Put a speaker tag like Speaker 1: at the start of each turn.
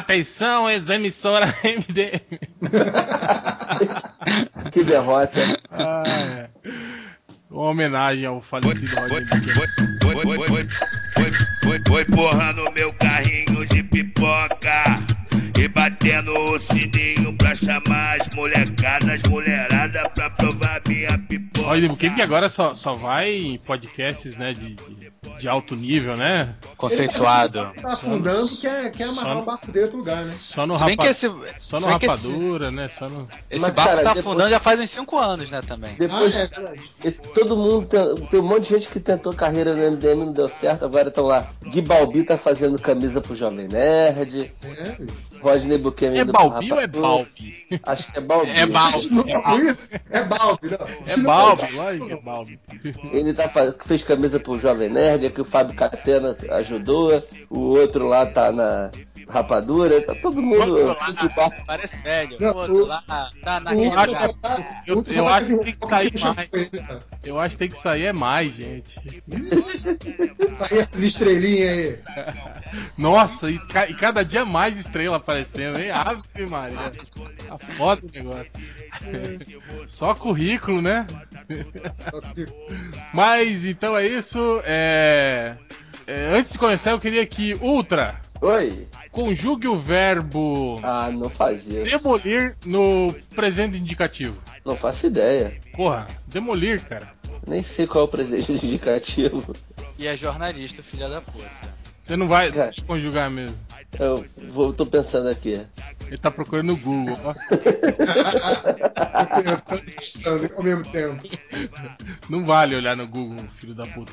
Speaker 1: Atenção, ex-emissora MDM.
Speaker 2: que derrota.
Speaker 1: Ah, é. Uma homenagem ao falecido Rodney King.
Speaker 3: Foi, foi, foi, foi, foi, foi porra no meu carrinho de pipoca e batendo o sininho pra chamar as molecadas, mulherada pra provar minha pipoca.
Speaker 1: Rodney Buquim que agora só, só vai em podcasts né, de, de, de alto nível, né?
Speaker 4: Consensuado.
Speaker 5: Tá afundando, quer, quer amarrar
Speaker 1: só-
Speaker 5: o barco dele em outro lugar, né?
Speaker 1: Só no,
Speaker 4: Se bem
Speaker 1: rapa...
Speaker 4: que esse-
Speaker 1: só no
Speaker 4: se bem que esse-
Speaker 1: rapadura, né? Só no...
Speaker 4: Esse
Speaker 2: Mas,
Speaker 4: barco
Speaker 2: cara,
Speaker 4: tá
Speaker 2: depois-
Speaker 4: afundando já faz uns 5 anos, né, também.
Speaker 2: Depois,
Speaker 5: Ah, é verdade.
Speaker 2: esse- todo mundo tem, tem um monte de gente que tentou carreira no MDM não deu certo, agora estão lá. Gui Balbi tá fazendo camisa pro Jovem Nerd,
Speaker 5: É, bicho.
Speaker 2: Rodney Buquem
Speaker 1: É Balbi ou é Balbi?
Speaker 2: Acho que é Balbi.
Speaker 1: É Balbi.
Speaker 5: Isso não é isso? É balde, não.
Speaker 1: É Balbi, lógico que é Balbi.
Speaker 2: Ele tá, fa- fez camisa pro Jovem Nerd, é que o Fábio Catena ajudou, o outro lá tá na rapadura, tá todo mundo.
Speaker 4: Outro
Speaker 1: tá
Speaker 4: lá, parece velho.
Speaker 5: Não,
Speaker 4: Outro
Speaker 5: o-
Speaker 4: lá, tá na
Speaker 5: O
Speaker 4: rede.
Speaker 5: outro
Speaker 4: lá.
Speaker 5: só tá.
Speaker 1: Eu-
Speaker 5: o outro
Speaker 1: eu
Speaker 5: só tá
Speaker 1: acho
Speaker 5: com esse
Speaker 1: que tem que
Speaker 5: rock
Speaker 1: sair
Speaker 5: chama
Speaker 1: mais.
Speaker 5: coisa, cara.
Speaker 1: Eu acho que tem que sair é mais, gente.
Speaker 5: Sai Tá essas estrelinhas aí.
Speaker 1: Nossa, e, ca- e cada dia mais estrela aparecendo, hein? Ave Maria. Tá foda esse negócio. Só currículo, né? Mas então é isso. é- é, antes de começar, eu queria que Ultra
Speaker 2: Oi?
Speaker 1: conjugue o verbo
Speaker 2: Ah, não fazia.
Speaker 1: demolir no presente indicativo.
Speaker 2: Não faço ideia.
Speaker 1: Porra, demolir, cara.
Speaker 2: Nem sei qual é o presente indicativo.
Speaker 4: E é jornalista, filha da puta.
Speaker 1: Você não vai
Speaker 2: É.
Speaker 1: conjugar mesmo.
Speaker 2: Eu vou, tô pensando aqui.
Speaker 1: Ele tá procurando no Google. ó.
Speaker 5: Tá Pensando e estando ao mesmo tempo.
Speaker 1: Não vale olhar no Google, filho da puta.